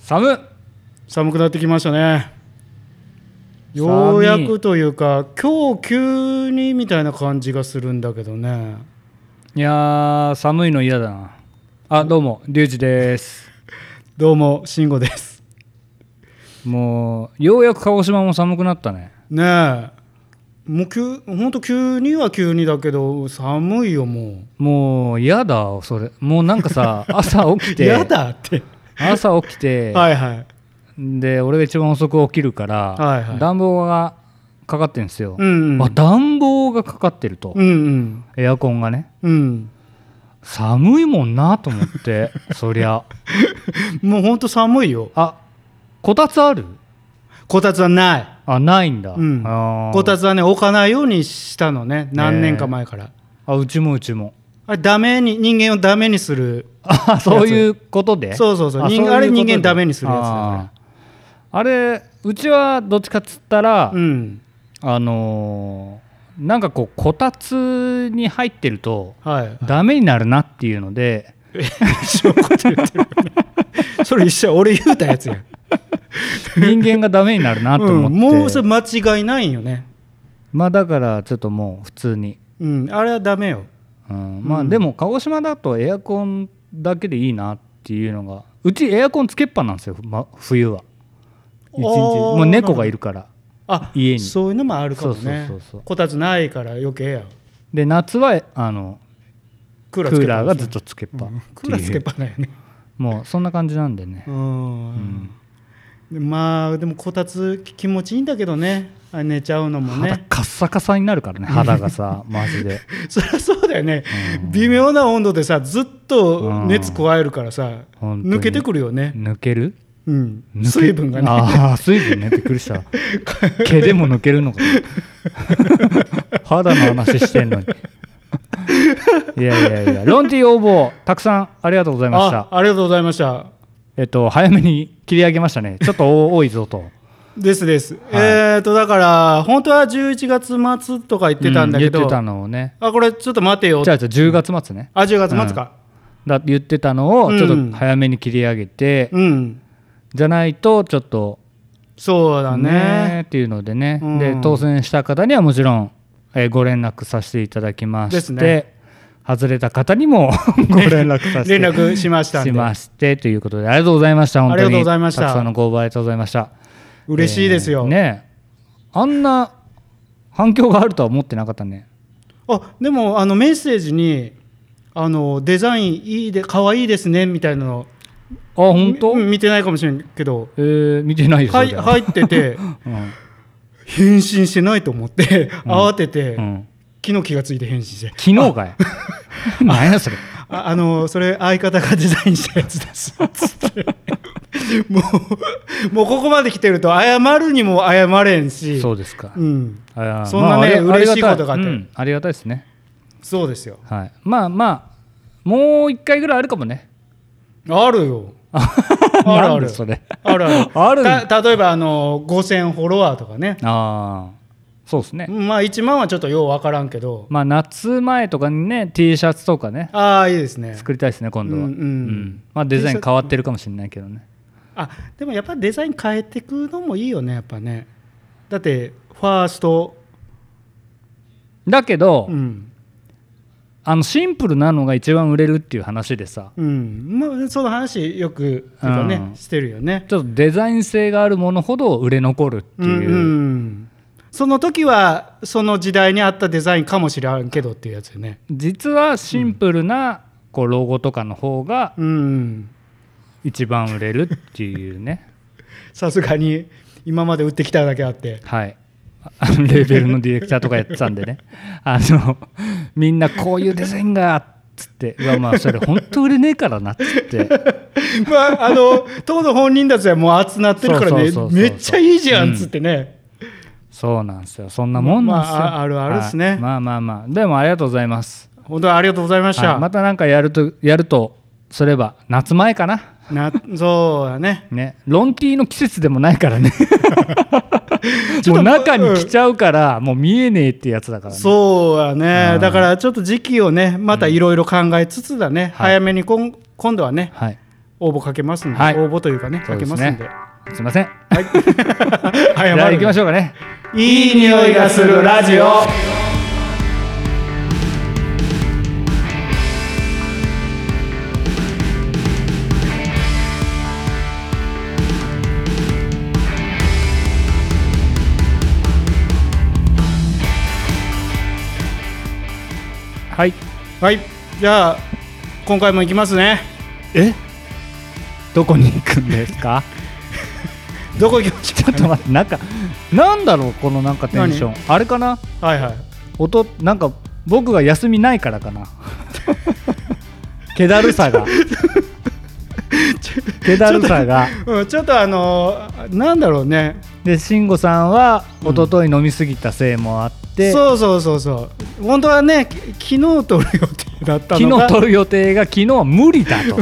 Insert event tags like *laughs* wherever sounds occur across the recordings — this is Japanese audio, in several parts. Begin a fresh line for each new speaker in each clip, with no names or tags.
寒っ
寒くなってきましたねようやくというか今日急にみたいな感じがするんだけどね
いやー寒いの嫌だなあどうもリュウジです
どうも慎吾です
もうようやく鹿児島も寒くなったね
ねえもう急ほんと急には急にだけど寒いよも
もう嫌だそれもうなんか
*laughs*
さ朝起き
う
て
やだって
朝起きて、
はいはい
で俺が一番遅く起きるから、
はいはい
暖房がかかってんですよ、
うんうん
あ暖房がかかってると、
うんうん
エアコンがね
うん
寒いもんなと思ってそりゃ
もうほんと寒いよ
あこたつある
こたつはない
あないんだ、
うん
あー
こたつはね置かないようにしたのね何年か前から、
あうちもうちも
あれダメに人間をダメにする
あそういうことで
そうそうそう人
い
あれ
ことで
人間ダメにするやつだ
あ
か
ーあれうちはどっちかっつったら、
うん
あのーなんかこうこたつに入ってると
はい
ダメになるなっていうので *laughs*
それ一緒や俺言うたやつやん、
人間がダメになるなと思
う
っ
ん
て、
もうそれ間違いないんよね
まあだからちょっともう普通に、
うんあれはダメよ
うん、まあでも鹿児島だとエアコンだけでいいなっていうのがうちエアコンつけっぱなんですよ、ま、冬は一日
あー
もう猫がいるから
あ
家に
そういうのもあるかもね
そうそうそうそう
こたつないから余計や
で夏はあの
ク
クーラーが
つ
ずっとつけっぱっ
け
てい
っぱないうねクーラーつけっぱないよね
もうそんな感じなんでね
うん、まあでもこたつ気持ちいいんだけどねあ寝ちゃうのも
肌
ね
カッサカサになるからね肌がさマジで
*laughs* そりゃそうだよね、微妙な温度でさずっと
うん
熱加えるからさ、
本当に
抜けてくるよね、
抜ける
うん
抜け
水分がね
ああ水分ねびっくりした
*laughs*
毛でも抜けるのか
*laughs*
と肌の話してんのにいやいやいやロンティー応募たくさんありがとうございました
あありがとうございました
えっと早めに切り上げましたねちょっと
*laughs*
多いぞと
ですです、えー、とだから本当は11月末とか言ってたんだけど、
う言ってたのをね
あこれちょっと待てよ
じゃあじゃあ10月末ね
あ10月末か
だって言ってたのをちょ
う
っ
ん
と早めに切り上げて、
うん、
じゃないとちょっと
そうだね
ねっていうのでね、
うん
で当選した方にはもちろん、えーご連絡させていただきま
で
し
す
て、
ね
外れた方に
*laughs*
もご連絡させて
*laughs* 連絡しましたんで
しましてということでありがとうございました本当に
ありがとうございました
たくさんのご応募ありがとうございました
嬉しいです
え
よ、
ーねあんな反響があるとは思ってなかったね
あでもあのメッセージにあのデザインいいで可愛いですねみたいなの
あ本当、
み見てないかもしれんけど
えー見てないです
はい入ってて
うん
返信してないと思って慌てて、
うん、
昨日気がついて返信して
昨日
*laughs*
かい何やそれ
ああのそれ相方がデザインしたやつ
*laughs*
ですつってもうもうここまで来てると謝るにも謝れんし
そうですか、
うん、
あー
そんなね
まああり
嬉しいことがあって
りたうんありがたいですね
そうですよ
はい、まあまあもう一回ぐらいあるかもね
*laughs* あるよある
*laughs* な
あ
んで
る
それ
あるある
*laughs* ある
た例えばあの5000フォロワーとかね
ああそうですね、
まあ1万はちょっとよう分からんけど
まあ夏前とかにね T シャツとかね
ああいいですね
作りたいですね今度は、
うんうん
まあデザイン変わってるかもしれないけどね
あでもやっぱデザイン変えてくのもいいよねやっぱねだってファースト
だけど、
うん
あのシンプルなのが一番売れるっていう話でさ
うんまあ、その話よくっていうかね、
うん
してるよね
ちょっとデザイン性があるものほど売れ残るっていう、
うんうんその時はその時代に合ったデザインかもしれんけどっていうやつよね
実はシンプルなこうロゴとかの方が
うん
一番売れるっていうね *laughs*
さすがに今まで売ってきただけあって *laughs*
はい、 *laughs* あのレーベルのディレクターとかやってたんでね *laughs* あのみんなこういうデザインがっつってうわまあそれ本当売れねえからなっつって
まああの当の本人たちはもう熱なってるから
そ
ね
うそうそうそう
めっちゃいいじゃんっつってね、
そうなんですよそんなもんなんですよ、
まあああるあるっすね
はいまあまあまあでもありがとうございます
本当にありがとうございました、
はいまたなんかやるとやるとすれば夏前かな
なそうだね
ねロンティーの季節でもないからね
*laughs* ちょ
も
っと
う中に来ちゃうから、もう見えねえってやつだからね
そうやね、
うん
だからちょっと時期をねまたいろいろ考えつつだね、
はい
早めにこん今度はね
はい
応応募かけますんで、
はい
応募というかね
そ
か
う
け
ですね
ますんで。
すいません。
はい。 *laughs*
じゃあ行きましょうかね。
う。いい匂いがするラジオ。
はい。
はい。じゃあ今回も行きますね。
えどこに行くんですか
どこ行きましょう
*laughs* ちょっと待って、なんか、なんだろう、このなんかテンション。あれかな
はいはい。
音、なんか僕が休みないからかな。気だるさが。気だるさが。
うん、ちょっとあのーなんだろうね。
で、慎吾さんは一昨日飲みすぎたせいもあって、
そうそうそうそう。本当はねき昨日撮る予定だった
昨
のが。
日取る予定が昨日は無理だと。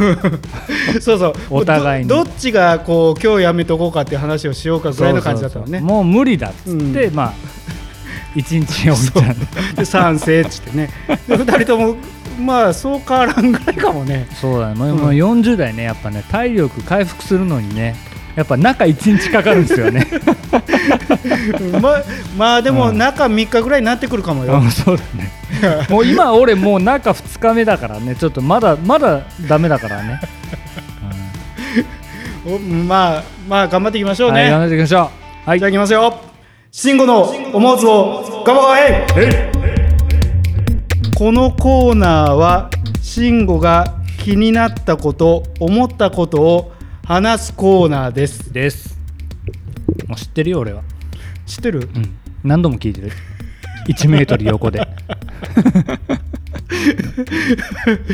そうそう
お互いに
どどっちがこう今日やめとこうかっていう話をしようかぐらいの感じだったの
そう
ね
そうそうもう無理だっつって、
う
まあ一日置いちゃう
で賛成っつってねで2人ともまあそう変わらんぐらいかもね
そうだねもう
うん
もう40代ねやっぱね体力回復するのにねやっぱ中1日かかるんですよね
まあまあでも
うん
中3日ぐらいになってくるかもよ、
*laughs* うんそうだね *laughs* もう今俺もう中2日目だからねちょっとまだまだダメだから *laughs* ね、
おまあまあ頑張っていきまし
う
ょ
ん
う
はい
ね、
頑張っていきましょうはい
じゃあいきますよ慎吾の思うつぼガバガバヘイこのコーナーは慎吾が気になったこと思ったことを話すコーナーです
ですもう知ってるよ俺は、
知ってる
うん、何度も聞いてる1メートル横 *laughs* で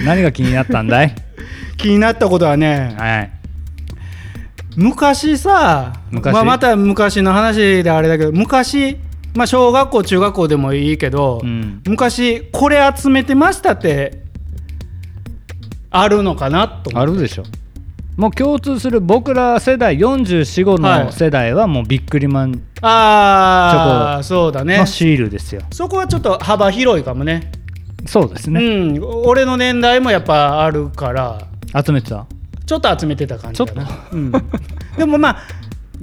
何が気になったんだい
気になったことはね
はい
昔さ
昔
まあ、また昔の話であれだけど昔、まあ、小学校中学校でもいいけど、
うん
昔これ集めてましたってあるのかなと思
あ
って
るでしょもう共通する僕ら世代445
は
の
い
世代はもうビックリマン
あーそうだね
のシールですよ、
そこはちょっと幅広いかもね
そうですね、
うん俺の年代もやっぱあるから
集めてた
ちょっと集めてた感じかな
ちょっ
うん、でもまあ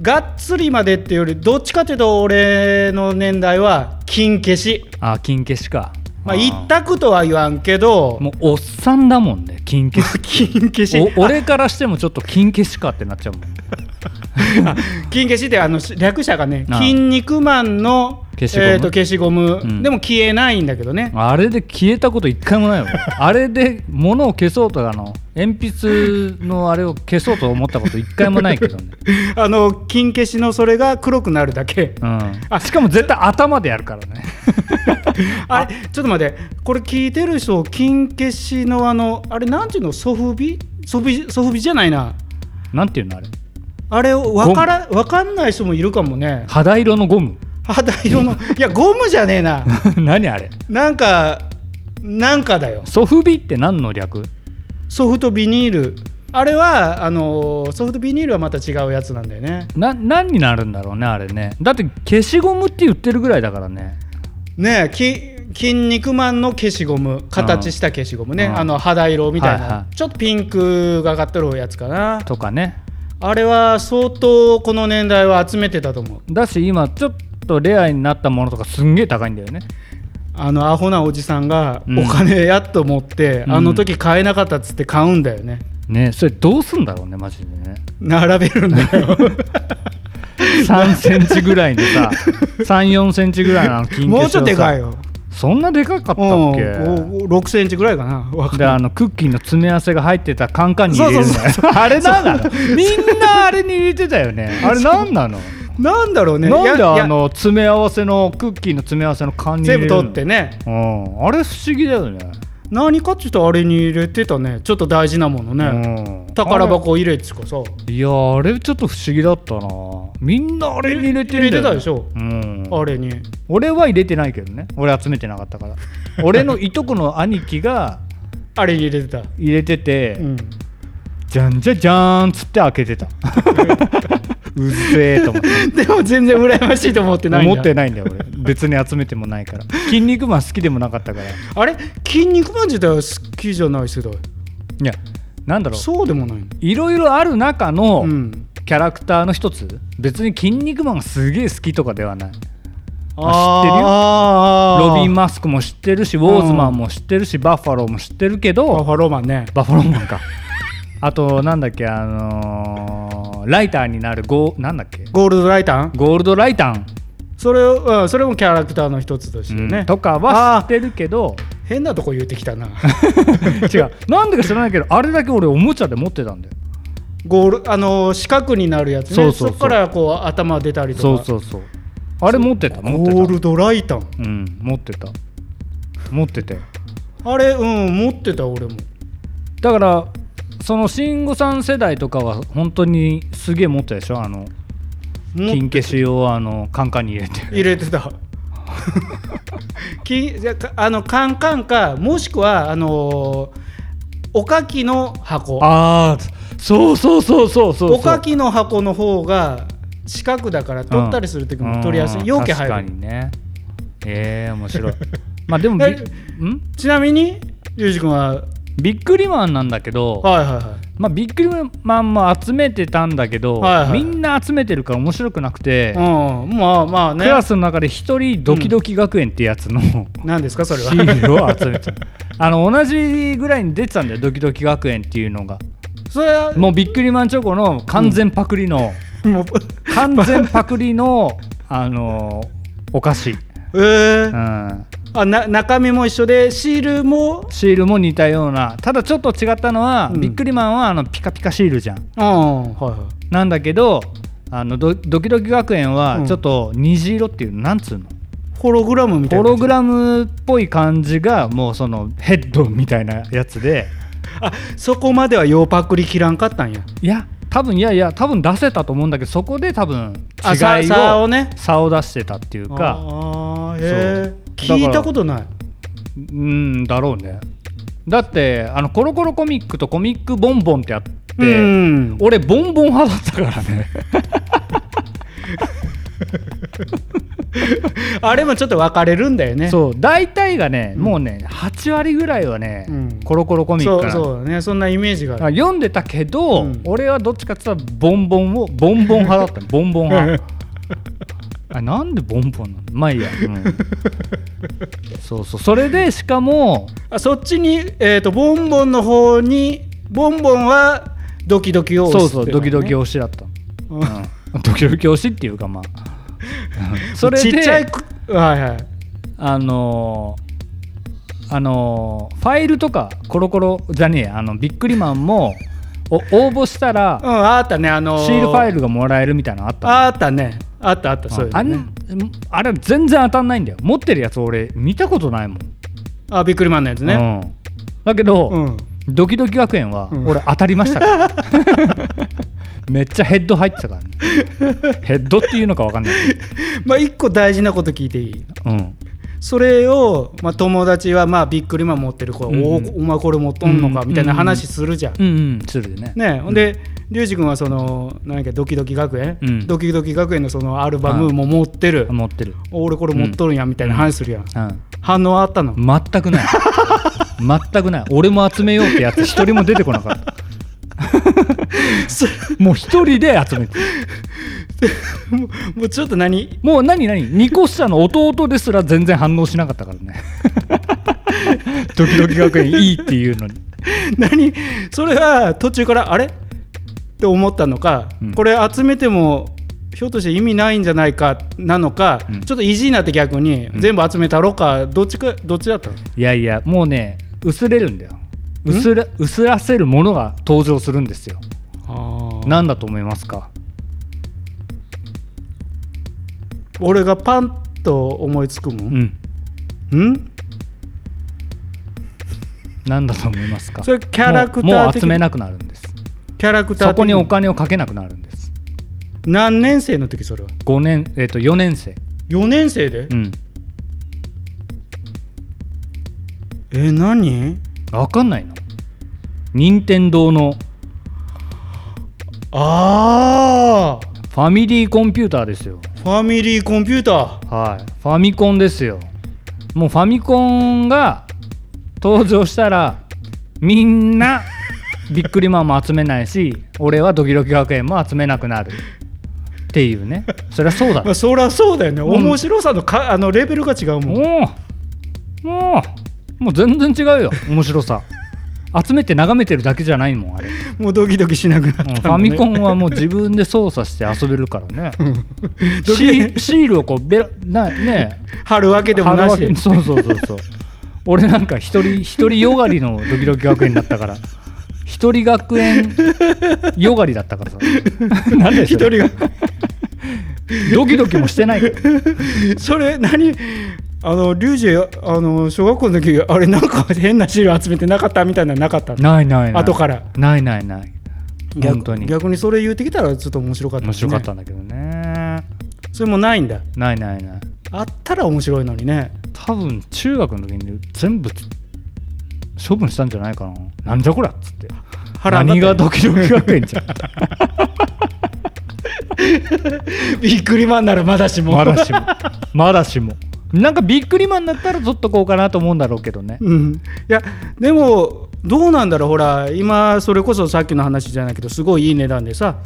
がっつりまでっていうよりどっちかというと俺の年代は金消し
あ金消しか
まあ、
ー
一択とは言わんけど、
もうおっさんだもんね金消し
*laughs* 金消し、
お俺からしてもちょっと金消しかってなっちゃうもん
*laughs* 金消しってあのし略者がね、
ああ
筋肉マンの
消しゴム
えーと消しゴム、
うん
でも消えないんだけどね、
あれで消えたこと一回もないよあれで物を消そうとかあの鉛筆のあれを消そうと思ったこと一回もないけど
*laughs*
ね、
あの金消しのそれが黒くなるだけ。
うん、あしかも絶対頭でやるから
*laughs*
ね
あれちょっと待って、これ聞いてる人、金消しのあの、あれ、なんていうの、ソフビソフビソフビじゃないな、
なんていうのあれ
あれわから、わかんない人もいるかもね、
肌色のゴ
*laughs*
ム
肌色の、いや、ゴムじゃねえな、
何あれ
なんか、なんかだよ。
ソフビって何の略
ソフトビニールあれはあのーソフトビニールはまた違うやつなんだよね
な何になるんだろうねあれねだって消しゴムって言ってるぐらいだからね
ねえき筋肉マンの消しゴム形した消しゴムね、
うん
あの肌色みたいな、
はいはい
ちょっとピンクがかってるやつかな
とかね
あれは相当この年代は集めてたと思う
だし今ちょっとレアになったものとかすんげえ高いんだよね
あのアホなおじさんが
うん
お金やっと持って、
うん
あの時買えなかったっつって買うんだよね
ねそれどうすんだろうねマジで
*laughs*
ね
並べるん
*laughs*
だよ
3センチぐらいのさ34センチぐらいのあの金消しを
もうちょっとでかい
よ
よ
そんなでかかったっけ
6センチぐらいかなわかん
で
ない
あのクッキーの詰め合わせが入ってたカンカンに入れるんだよ
そうそうそう
あれ何なのみんなあれに入れてたよねあれ何なの
なんだろうね
なん
い
で
やいや
あの詰め合わせのクッキーの詰め合わせの缶に入れ
全部
るの
取ってね
うん、あれ不思議だよね
何かっていうとあれに入れてたねちょっと大事なものね、
うん、
宝箱入れてかさ
あれいやあれちょっと不思議だったなみんなあれに入れてるんだよ、
入れてたでしょ
うん、
あれに
俺は入れてないけどね俺集めてなかった
*laughs*
から俺のいとこの兄貴が
あれに入れてた、
入れてて、 *laughs*
うん、
じゃんじゃじゃーんっつって開けて
*laughs*
たうっせえと思って
でも全然羨ましいと思ってないんだ
思ってないんだよ俺別に集めてもない
*laughs*
から「筋肉マン」好きでもなかったからい
あれ筋肉マン自体は好きじゃないですけど
やなんだろう
そうでもないの
いろいろある中の、
うん
キャラクターの一つ別に「筋肉マン」がすげえ好きとかではない
あー
知ってるよ
あー
ロビン・マスクも知ってるしウォーズマンも知ってるしバッファローも知ってるけど
バッファローマンね
バッファローマンか *laughs* あとなんだっけあのーライターになるゴーなんだっけ
ゴールドライタン
ゴールドライタン、
それを、うん、それもキャラクターの一つとして
うん
ね、
とかは知っ
あー
てるけど
変なとこ言うてきたな *laughs*
*laughs* 違うなんでか知らないけどあれだけ俺おもちゃで持ってたんだよ
ゴールあのー四角になるやつね
そうそうそう
っからこう頭出たりとか
そうそうそうあれ持ってた持ってた
ゴールドライタン
うん持ってた持ってて
あれうん持ってた俺も
だからその慎吾さん世代とかは本当にすげえ持ってたでしょあの
も
金消しをあのカンカンに入れて
入れてた *laughs* 金じゃかあのカンカンかもしくはあのーおかきの箱
ああそうそうそうそうそうそう
おかきの箱の方が四角だから取ったりする時も取りやすい、
うん
容器入る
確かにねええ面
*laughs*
白いまあでもび
え
ん
ちなみにゆうじくんは
ビックリマンなんだけど、
はいはいはい
まあ、ビックリマンも集めてたんだけど、
はいは
み
い
んな集めてるから面白くなくて、
うんまあまあね
クラスの中で一人ドキドキ学園ってやつの、
何ですかそれ
シ
は
ールを集めてたあの同じぐらいに出てたんだよドキドキ学園っていうのが
*laughs* それは
もうビックリマンチョコの完全パクリの、
もう
完全パクリのあのお菓子、
えー
うん、
あな中身も一緒でシールも
シールも似たようなただちょっと違ったのは、
うん
ビックリマンはあのピカピカシールじゃん
うんは
なんだけどあのドドキドキ学園
う
は
ん
ちょっと虹色っていうのなんつうの
いホログラムみたい
ホ
な
ログラムっぽい感じがもうそのヘッドみたいなやつで
あそこまでは洋パクリ切らんかったんや
いや多分いやいや多分出せたと思うんだけどそこで多分
あ
違
さ
い
差
を
をね
差を出してたっていうか
ああへえ
そうだから
聞いたことない
うんだろうねだってあのコロコロコミックとコミックボンボンってやって、
うん
俺ボンボン派だったからね
あれもちょっと分かれるんだよね
そう大体がね、もうね8割ぐらいはね、
うん
コロコロコミック
そ
か
う
ら
そうだねそんなイメージがある
あ読んでたけど、
うん
俺はどっちかって言ったらボンボンをボンボン派だ
*laughs*
ったのボンボン派あなんでボンボンなのまあいいや、うんそうそうそれでしかも
あそっちに、えー、とボンボンの方にボンボンはドキドキを押
そう
す
そう
ってい
ドキドキ
を、
推しだったの、
うん
うん、ドキドキ推しっていうかまあ
*laughs*
うんそれで
ちっちゃいくはいはい
あのーあのーファイルとかコロコロじゃねえやあのビックリマンもお応募したら
うんあったねあの
シールファイ
ル
ルがもらえるみたいなのあったの
あったねあったあったそうです
あん
ね
あれ全然当たんないんだよ持ってるやつ俺見たことないもん、
あびっくりマンのやつね
うん、だけど、
うん
ドキドキ学園は
うん
俺当たりましたから、
*laughs*
めっちゃヘッド入ってたから、ね、ヘッドっていうのか分かんないけど
まあ一個大事なこと聞いていい
うん
それを、まあ、友達はまあビックリマン持ってる子は、
うん
おお前これ持っとんのか
うん
みたいな話するじゃん、
うんうんするでね
ねほんで龍二君はその何かドキドキ学園、
うん
ドキドキ学園のそのアルバムも持ってる、
持ってる、
俺これ持っとるんやみたいな話するやん、
うん、
反応あったの
全くない *laughs* 全くない俺も集めようってやつ一人も出てこなか
*laughs*
ったもう一人で集めて
*laughs* もうもうちょっと何 *laughs*
もう何何二個下の弟ですら全然反応しなかったから
*laughs*
ねドキドキ学園いいっていうのに
何それは途中からあれって思ったのか、
うん
これ集めてもひょっとして意味ないんじゃないかなのか、
うん
ちょっと意地になって逆に、
ん
全部集めたろかどっちかどっちだったの
いやいやもうね薄れるんだよ薄ら薄らせるものが登場するんですよ
な
何だと思いますか
俺がパンと思いつくも、
うんん
うん、
何だと思いますか
それキャラクター的
もうもう集めなくなるんです
キャラクター
そ
的
こにお金をかけなくなるんです
何年生の時それは
5年えっ、と4年生
4年生で、
うん
え何
分かんないの任天堂のフ
ああ
ァミリーコンピューターですよ
ファミリーコンピューター
はい、ファミコンですよもうファミコンが登場したらみんなビックリマンも集めないし *laughs* 俺はドキドキ学園も集めなくなるっていうねそりゃそうだ
*laughs* まあ、そりゃそうだよね、
うん
面白さのかあのレベルが違うもん、
もうもうもう全然違うよ面白さ集めて眺めてるだけじゃないもんあ
*laughs*
れ、
もうドキドキしなくなった
うんん
だね
ファミコンはもう自分で操作して遊べるからねシ
*laughs* ドキド
ー
キ
シールをこうベラなね
貼るわけでもな
貼るわけ
し、
*laughs* そうそうそうそう俺なんか一人一人よがりのドキドキ学園だったから一人学園よがりだったから
*laughs*
さなんで
一
それ
人が、
ドキドキもしてないから
*laughs* それ、何、あの、リュウジ、あの小学校の時あれ、なんか変な資料集めてなかったみたいなのなかった
ないないない
後から
ないないない本当に
逆逆にそれ言ってきたら、ちょっと面白かった、
面白かった。んだけどね
それもないんだ。
ないないない
あったら面白いのにね。 *laughs*
多分中学の時に全部処分したんじゃないかななんじゃこりゃっつって
腹立
何
って
がドキドキ学園じゃん
*laughs* ビックリマンならまだしも。
まだ
*laughs*
しもまだしもなんかビックリマンだったらちょっとこうかなと思うんだろうけどね
うん、いやでもどうなんだろうほら今それこそさっきの話じゃないけどすごいいい値段でさ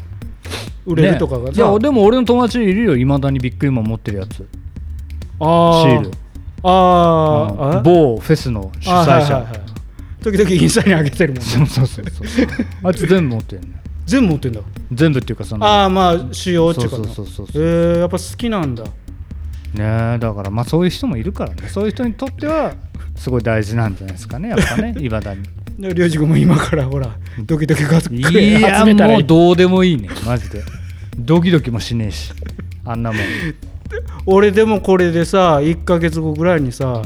売れるとかが
ね
さ、
いやでも俺の友達いるよいまだにビックリマン持ってるやつシ
あ
ール
あー
う
あ
ん某フェスの主催
あはいはいは
者
い時々インスタに上げてるも
*laughs*
んね
そうそうそうそう
*laughs*
あいつ全部持ってるね
全部持ってんだ
全部っていうかその
ああまあ主要っていうかな
そうそうそうそうそう
えーやっぱ好きなんだ
ねえだからまあそういう人もいるからねそういう人にとってはすごい大事なんじゃないですかねやっぱ
*laughs*
ねいまだに
でりょうじくんも今からほらドキドキが集め
いや
たら
も
いう
どうでもいいねマジでドキドキもしねえしあんなもん
俺でもこれでさ1ヶ月後ぐらいにさ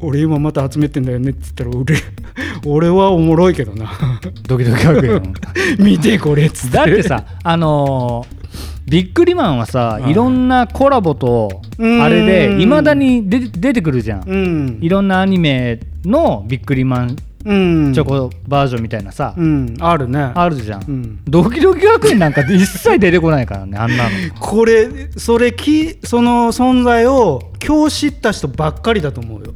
俺今また集めてんだよねって言ったら
*laughs*
俺俺はおもろいけどな
ドキドキ学園
見てこれっつって
*laughs* だってさあのービックリマンはさ
うん
いろんなコラボと
うん
あれでいまだに出出てくるじゃん、
うん
いろんなアニメのビックリマンチ
うん
ョコバージョンみたいなさ、
うんあるね
あるじゃん、
うん
ドキドキ学園なんか一切出てこない
*laughs*
からねあんなの
これそれきその存在を今日知った人ばっかりだと思うよ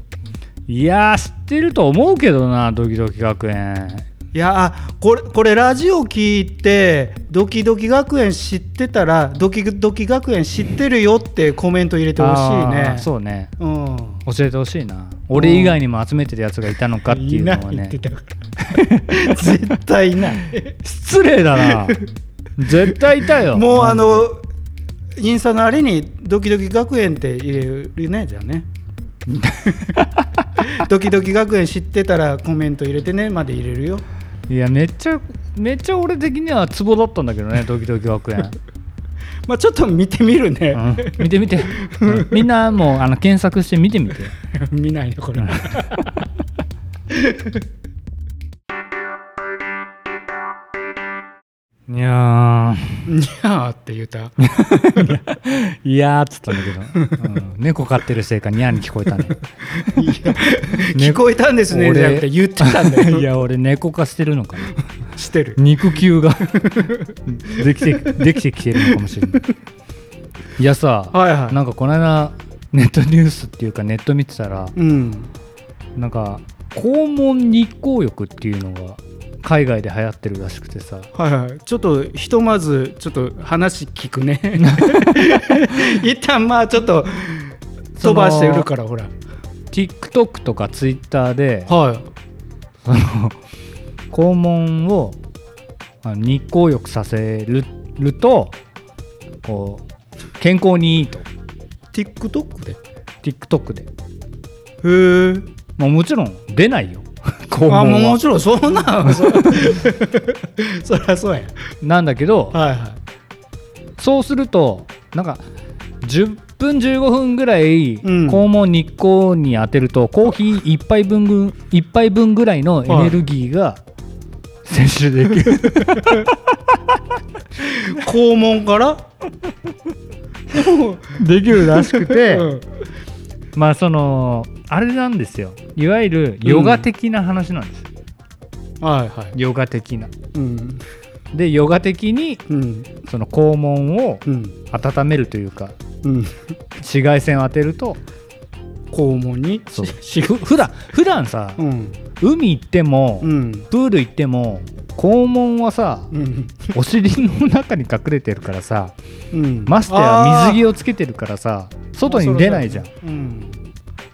いやー知ってると思うけどなドキドキ学園
いやあこれこれラジオ聞いてドキドキ学園知ってたらドキドキ学園知ってるよってコメント入れてほしい
あ
ね
ーそうね
うん
教えてほしいな俺以外にも集めてるやつがいたのかっていうのはね
いないってだから絶対いない
失礼だな絶対いたよ
*laughs* もうあ
マ
のインスタのあれに「ドキドキ学園」って入れるねじゃあ *laughs* ねドキドキ学園知ってたらコメント入れてねまで入れるよ
ジでいやめっちゃめっちゃ俺的にはツボだったんだけど
*laughs*
ねドキドキ学園、
まあちょっと見てみる
う
ね、
ん見て見て、うんみんなもうあの検索して見てみて
見ないのこれ
いや
*laughs* にゃーって言うた
ーいやーっつったんだけど、うん猫飼ってるせいかニャーに聞こえ
*laughs*
たね
聞こえたんですねじゃなくて言ってたんだ *laughs* よ
いや俺猫化してるのかな
してる
肉球
*laughs*
ができてできてきてるのかもしれないいやさ、
はいはい
なんかこの間ネットニュースっていうかネット見てたら
うん
なんか肛門日光浴っていうのが海外で流行ってるらしくてさ
はいはい、ちょっとひとまずちょっと話聞くね *laughs* 一旦まあちょっと飛ばしてるからほら
TikTok とか Twitter で
はい
その肛門をあの日光浴させるるとこう健康にいいと
TikTok で
TikTok で、
へえ
まあ、もちろん出ないよ *laughs* 肛門は
あもうもちろんそんなんそ *laughs* そりゃそうや
なんだけど、
はいは
そうするとなんか10分15分ぐらい
うん
肛門日光に当てると、コーヒー1杯分ぐ一杯分ぐらいのエネルギーが摂取できる、
い肛門から
できるらしくて、
うん
まあそのあれなんですよいわゆるヨガ的な話なんです、
はいはい
ヨガ的な
うん
でヨガ的に
うん
その肛門を
うん
温めるというか
うん
紫外線を当てると
肛門に
そう
し
ふ普段普段さ、
うん
海行っても、
うん
プール行っても肛門はさ、
うん
お尻の中に隠れてるからさ
うん
ましてや水着をつけてるからさ外に出ないじゃん、
あーうん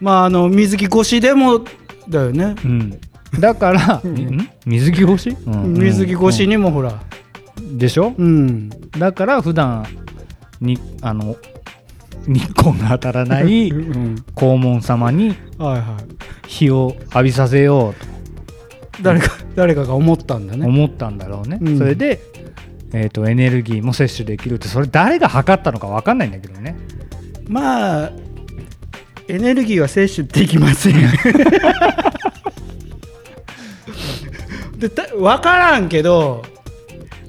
まああの水着越しでもだよね、
うん、だから、
ん
ん水着越し、うん
水着越し、にもほら
うんでしょ
うん
だから普段にあの日光が当たらな *laughs* い
うん
黄門様に
はいは
火を浴びさせよう
い誰か誰かが思ったんだ
と
ね
思ったんだろうね、
うん
それで、えー、とエネルギーも摂取できるってそれ誰が測ったのか分かんないんだけどね
まあエネルギーは摂取できません
*laughs*
でた分からんけど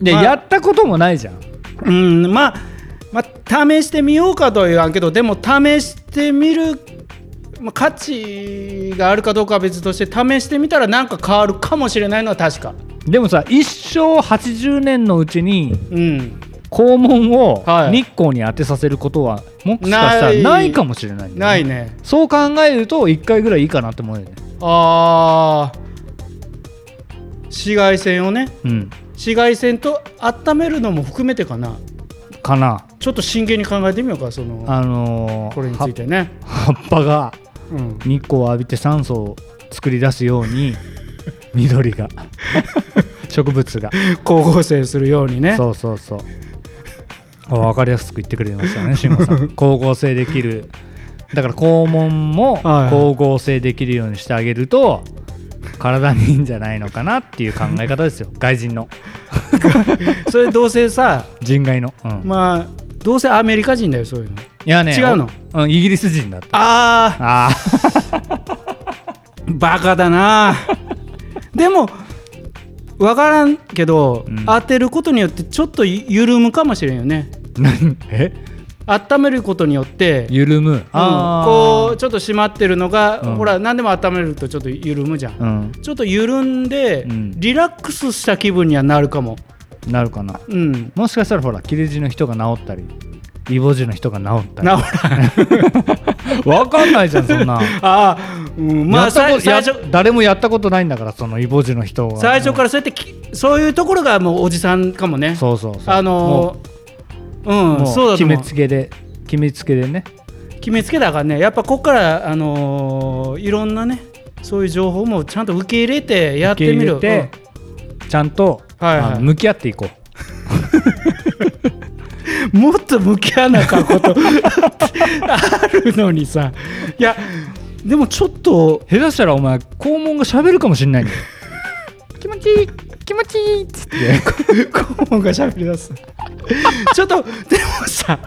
で、
まあ
やったこともないじゃん
うんまあ、まあ、試してみようかとは言わんけどでも試してみる、まあ、価値があるかどうかは別として試してみたらなんか変わるかもしれないのは確か
でもさ一生80年のうちに
うん
肛門を
はい
日光に当てさせることはもしかしたら
ない
ないかもしれないんだよね
ないね
そう考えると1回ぐらいいいかなって思うよね
あー紫外線をね
うん
紫外線と温めるのも含めてかな
かな
ちょっと真剣に考えてみようかその
あのー
これについてね、
は葉っぱが
うん、
日光を浴びて酸素を作り出すように
*laughs*
緑が植物が
光合成するようにね
そうそうそうあ分かりやすく言ってくれました
*laughs*
ね慎吾さん光合成できるだから肛門も
はいはい
光合成できるようにしてあげると体にいいんじゃないのかなっていう考え方
*laughs*
ですよ外人の
それどうせさ
人外の、うん
まあどうせアメリカ人だよそういうの
いやね
違うの
おうんイギリス人だったあ
あーバカ
*laughs*
だなでも分からんけど、
うん
当てることによってちょっと緩むかもしれんよね
ー *laughs* 何え
温めることによって、
緩む
うんこうちょっと締まってるのが、
うん
ほら何でも温めるとちょっと緩むじゃん、
うん
ちょっと緩んで、
うん
リラックスした気分にはなるかも
なるかな
うん
もしかしたらほら切れ字の人が治ったりイボ字の人が治ったり
なほら
わかんないじゃんそん *laughs* な
あー、うん、ま
やっ
あ
た
さ
こ
い
とや
最初
誰もやったことないんだからそのイボ字の人は
最初かららそうやってきそういうところがもうおじさんかもね
そうそうそう
あのー
も
うん、
も
そうだと
決
思
め
う
つけで決めつけでね
決めつけだからねやっぱここから、あのーいろんなねそういう情報もちゃんと受け入れてやってみる
受け入れて、ちゃんと、
はいはい
あの向き合っていこう
うんもっと向き合わなあかんことあるのにさいやでもちょっと
下手したらお前肛門が喋るかもしんないんだよ *laughs* 気持ちいい気持ちいいっつって
顧問がしゃべりだすちょっとでもさ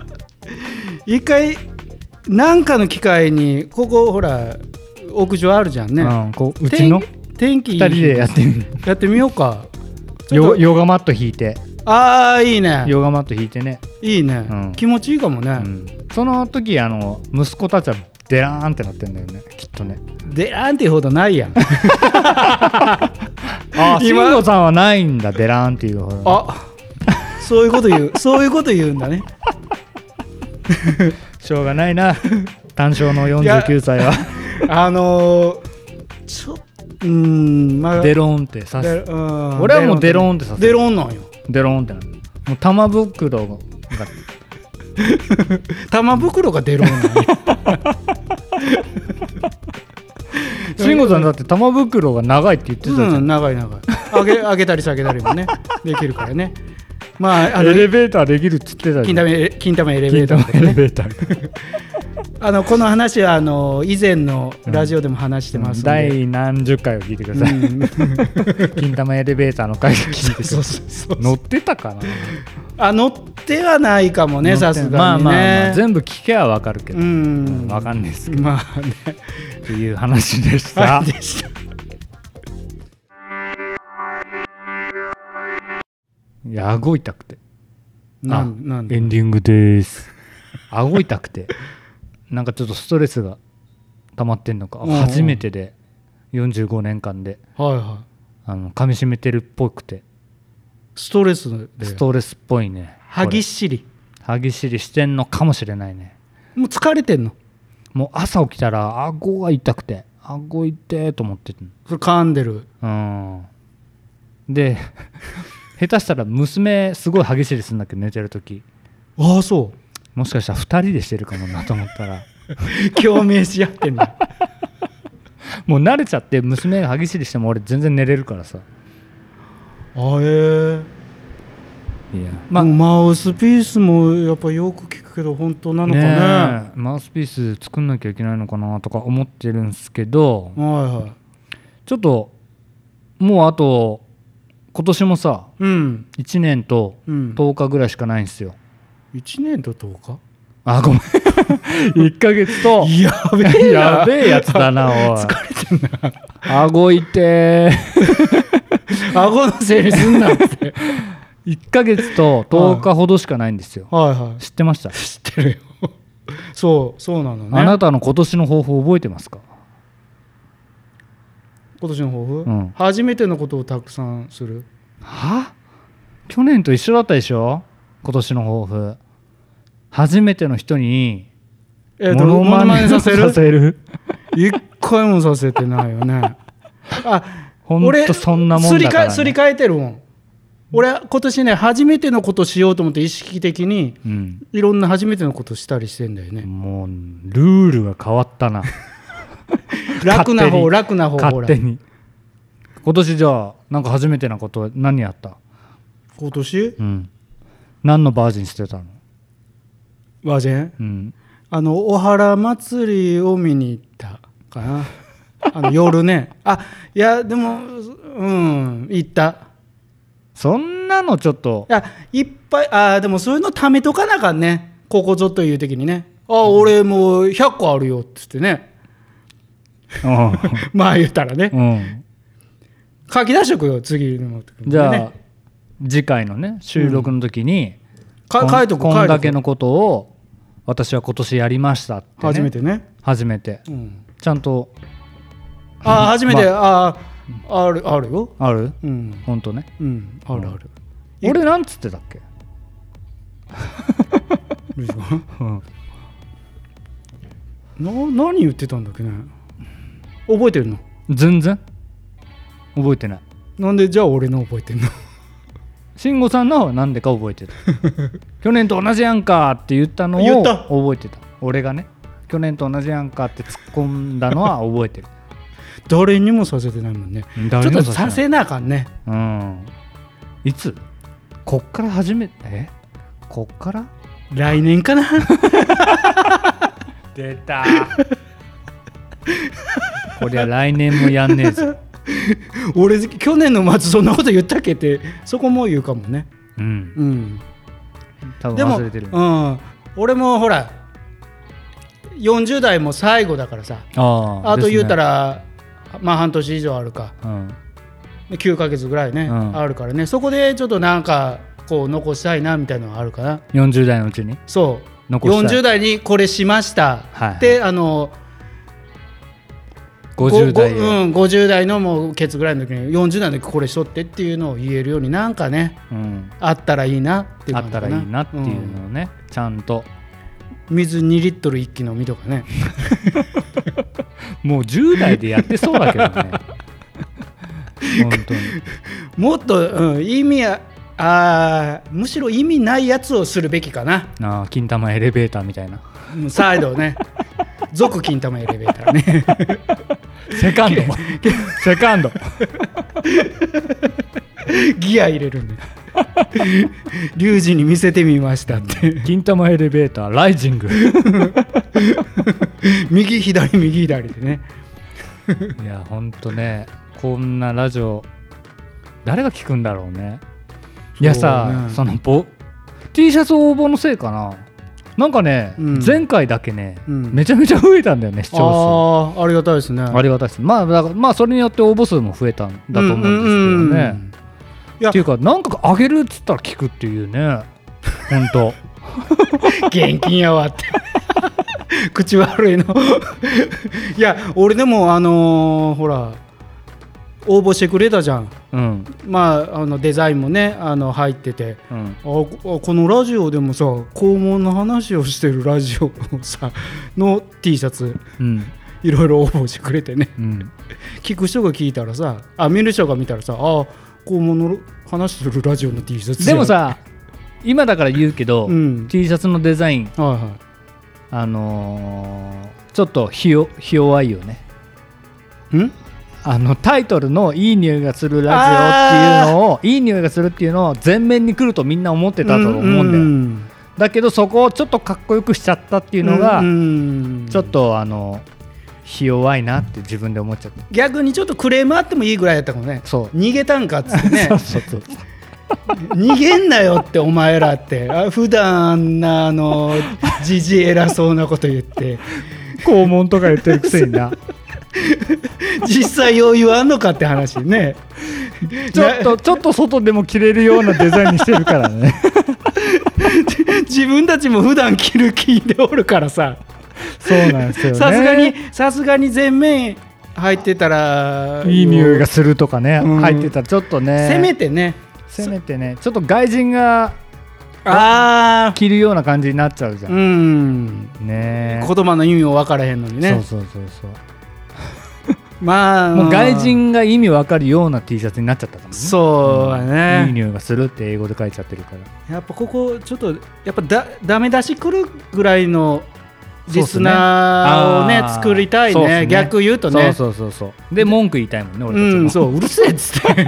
一回なんかの機会にここほら屋上あるじゃんね、
うん、こううちの
天気いい
二人でやってみる
やってみようかちょっ
ヨ
と
ヨガマット引いて
ああいいね
ヨガマット引いてね
いいね、
うん
気持ちいいかもね、
その時あの息子たちはデラーンってなってんだよねきっとね
でなんていうほどな
*laughs*
いやん
あ *laughs*
今
慎吾さんはないんだデラーンっていうほど
あ *laughs* そういうこと言うそういうこと言うんだね
しょうがないな単勝の49歳は
あのー、ちょうーんまあ
デローンってさ
デ
す
ロうん
俺はもうデローンってさす
デロンなんよ
デローンってなるもう玉袋が
玉袋がデロンなんよ
慎吾さんだって玉袋が長いって言ってたじゃ
うん
ん、
長い長い上げ上げたり下げた
*laughs*
りもねできるからねまああの
エレベーターできるっつってたじゃん
金玉エレ金玉エレベ
金玉
ーターとか
エ
ね
レベーター
あのこの話はあの以前のラジオでも話してますので、
第何十回を *laughs* 聞いてください、
うん
金玉エレベーターの回を
*laughs*
聞いてく
そう
ださ
そうそう
い乗ってたかな
あ乗ってはないかもね
乗
さ
って
すがにね
まあまあまあ全部聞けばわかるけど、
う
うん
ん
わかんないですけ
まあね
どっていう話でした
はいでした
*laughs* いや顎痛くて
な
あ
んなん
エ
で
ンディングです顎痛くてなんかちょっとストレスが溜まってんのか
うんうん
初めてで45年間で
はいは
あの噛み締めてるっぽくて
いストレスで
ストレスっぽいね
歯ぎっしり
これ歯ぎしりしてんのかもしれないね
もう疲れてんの
もう朝起きたら顎が痛くて顎痛えと思ってて
それ噛んでる
うんで *laughs* 下手したら娘すごい激しいですんだけど寝てる時
ああそ
もしかしたら2人でしてるかもなと思ったら *laughs*
う *laughs* 共鳴し合ってん *laughs* の
もう慣れちゃって娘が激しいしても俺全然寝れるからさ
あええ
いや
まあ、マウスピースもやっぱよく聞くけど本当なのかね
えマウスピース作んなきゃいけないのかなとか思ってるんですけど
はいはい
ちょっともうあと今年もさ
うん
1年と
うん
10日ぐらいしかないんですよ、
1年と10日
あごめん1ヶ月と
やべえな
やべえやつ
*laughs*
だなおい
疲れてんな
顎いて
顎の整理すんなって
*laughs* 1ヶ月と10日ほどしかないんですよ
*laughs* はいは
知ってました、
い知ってるよそうそうなのね
あなたの今年の抱負覚えてますか
今年の抱負、
うん
初めてのことをたくさんする
は去年と一緒だったでしょ今年の抱負初めての人に
えっ、とモノマネさせる
る
一回もさせてないよねあ
ほんとそんなもんだから、ね、
すり替えすり替えてるもん俺今年ね初めてのことしようと思って意識的に
うん
いろんな初めてのことしたりしてんだよね
もうルールが変わったな
楽な
勝手
方
に
楽な方ほ
勝
ら
手に今年じゃあなんか初めてなこと何やった
今年
うん何のバージンしてたの
バージン
うん
あのお原祭りを見に行ったかな *laughs* あの夜ねあいやでもうん行った
そんなのちょっ
*laughs*
と
いやいっぱいあーでもそういうの貯めとかなあかんねここぞという時にねあ俺もう100個あるよっつってね *laughs*
う
まあ言ったらね
ん、うん、
書き出しとくよ次の時にね
じゃあ、次回のね収録の時に、
か
こん
書いとく
こ
書
ん
いと
だ
く
けのことを私は今年やりましたって、ね、
初めてね、
初めて
うん、
ちゃんと
あー初めて、あーあるあるよ
ある
うん
本当ね
うんあるある、
俺なんつってたっけ、うん
な何言ってたんだっけね覚えてるの
全然覚えてない
なんでじゃあ俺の覚えてんの *laughs*
慎吾さんの方は何でか覚えてた去年と同じやんかって言ったの
言
を
った
覚えてた俺がね去年と同じやんかって突っ込んだのは覚えてる
誰にもさせてないもんねちょっ
誰に
と
もさ
さ
せ
せなあかんね
うんいつこっから始めえこっから
来年かな *laughs*
出た *laughs* こりゃ来年もやんねえぞ
俺去年の末そんなこと言ったっけってそこも言うかもね
うん
うん
多
で
分
も、
忘れてる
うん、俺もほら40代も最後だからさ
あ
あと言うた
ら、
ら、まあ半年以上あるか
うん
9ヶ月ぐらいね、
うん
あるからねそこでちょっとなんかこう残したいなみたいなのはあるかな
40代のうちに
そう
残した
40
い
代にこれしました、
はい
であの
50代
ご
へ
ごうん、50代のもうケツぐらいの時に40代の時これしとってっていうのを言えるようになんかね
うん
あったらいいなっていう
あ
感
っ
じ
た
からない
いなっていうのをね、ちゃんと
うん水2リットル一気飲みとか
*laughs*
ね
もう10代でやってそうだけど
*laughs*
ね本当に
もっと、うん、意味ああーむしろ意味ないやつをするべきかな
ああ金玉エレベーターみたいな
うんサイドを
*laughs*
ね俗金玉エレベーターね *laughs*
セカンドセカンド
ギア入れる
*laughs*
んで *laughs* リュウジに見せてみましたって
金玉エレベーターライジング *laughs*
右左右左でね
いやほんとねこんなラジオ誰が聞くんだろうねいやさそ,、
そうね
のぼ T シャツ応募のせいかななんかね、
うん
前回だけね、
うん
めちゃめちゃ増えたんだよね視聴数
ああありがたいですね
ありがたいです。まあ、だからまあ、それによって応募数も増えたんだと思うんですけどね。
うんいや
っていうか、なんかあげるっつったら聞くっていうね。本当。
現金やわって *laughs* 口 *laughs* 悪いのいや俺でもあのーほら応募してくれたじゃん、
うん
まあ、あのデザインもねあの入ってて。
うん
あこあこのラジオでもさ肛門の話をしてるラジオのさの T シャツ
うん
いろいろ応募してくれてね *laughs*
うん
聞く人が聞いたらさあ見る人が見たらさあ肛門の話するラジオの T シャツや
でもさ今だから言うけど、
うん
T シャツのデザイン
はいはい
あのーちょっとひよひ弱いよね
うん
あのタイトルの「いい匂いがするラジオ」っていうのをいい匂いがするっていうのを前面に来るとみんな思ってたと思うんだよ、
ん
だけどそこをちょっとかっこよくしちゃったっていうのが、
ん
ちょっとあのひ弱いなって自分で思っちゃった
逆にちょっとクレームあってもいいぐらいやったかもね
そう
逃げたんかっつってね
*laughs* そうそう
逃げんなよってお前らってあ普段あんなあのじじ偉そうなこと言って
肛門とか言ってるくせに *laughs* な
実際よう言わんのかって話ね
ちょっとちょっと外でも着れるようなデザインにしてるからね
自分たちも普段着る気でおるからさ
*laughs* そうなんですよね
さすがにさすがに全面入ってたら
いい匂いがするとかね、
うん
入ってたらちょっとね
せめてね
せめてねちょっと外人が
あ
着るような感じになっちゃうじゃ
あ
ん、
うん
ねえ
言葉の意味も分からへんのにね
そうそうそうそう
まあ
もう外人が意味わかるような T シャツになっちゃったからね
そうだね、
んいい匂いがするって英語で書いちゃってるから
やっぱここちょっとやっぱだダメ出し来るぐらいのリス
そう
ナー
っ
を
すね
ね
あー
作りたい
そうっ
ね
すね
逆言うとね
そうそうそうそうで文句言いたいもんね俺たちも、
うん、そううるせえっつって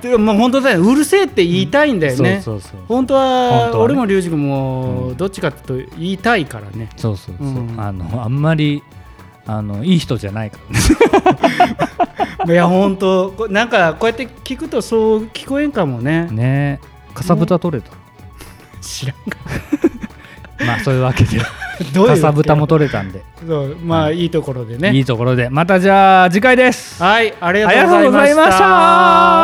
*laughs* でももう本当だよねうるせえって言いたいんだよね、
そうそうそう
本当は
本当はね
俺も龍二君も
うん
どっちかというと言いたいからね、
そうそうそう、
うん
あのあんまりあのいい人じゃないからね
いや本当こなんかこうやって聞くとそう聞こえんかもね
ねえかさぶた取れた、
知らんか
まあそういうわ
*laughs*
けで
どういうわ
か
け
さぶたも取れたんで、
そうまあいいところでね、
いいところでまたじゃあ次回です
はいあり
ありが
が
と
と
う
う
ご
ご
ざ
ざ
い
い
ま
ま
し
したた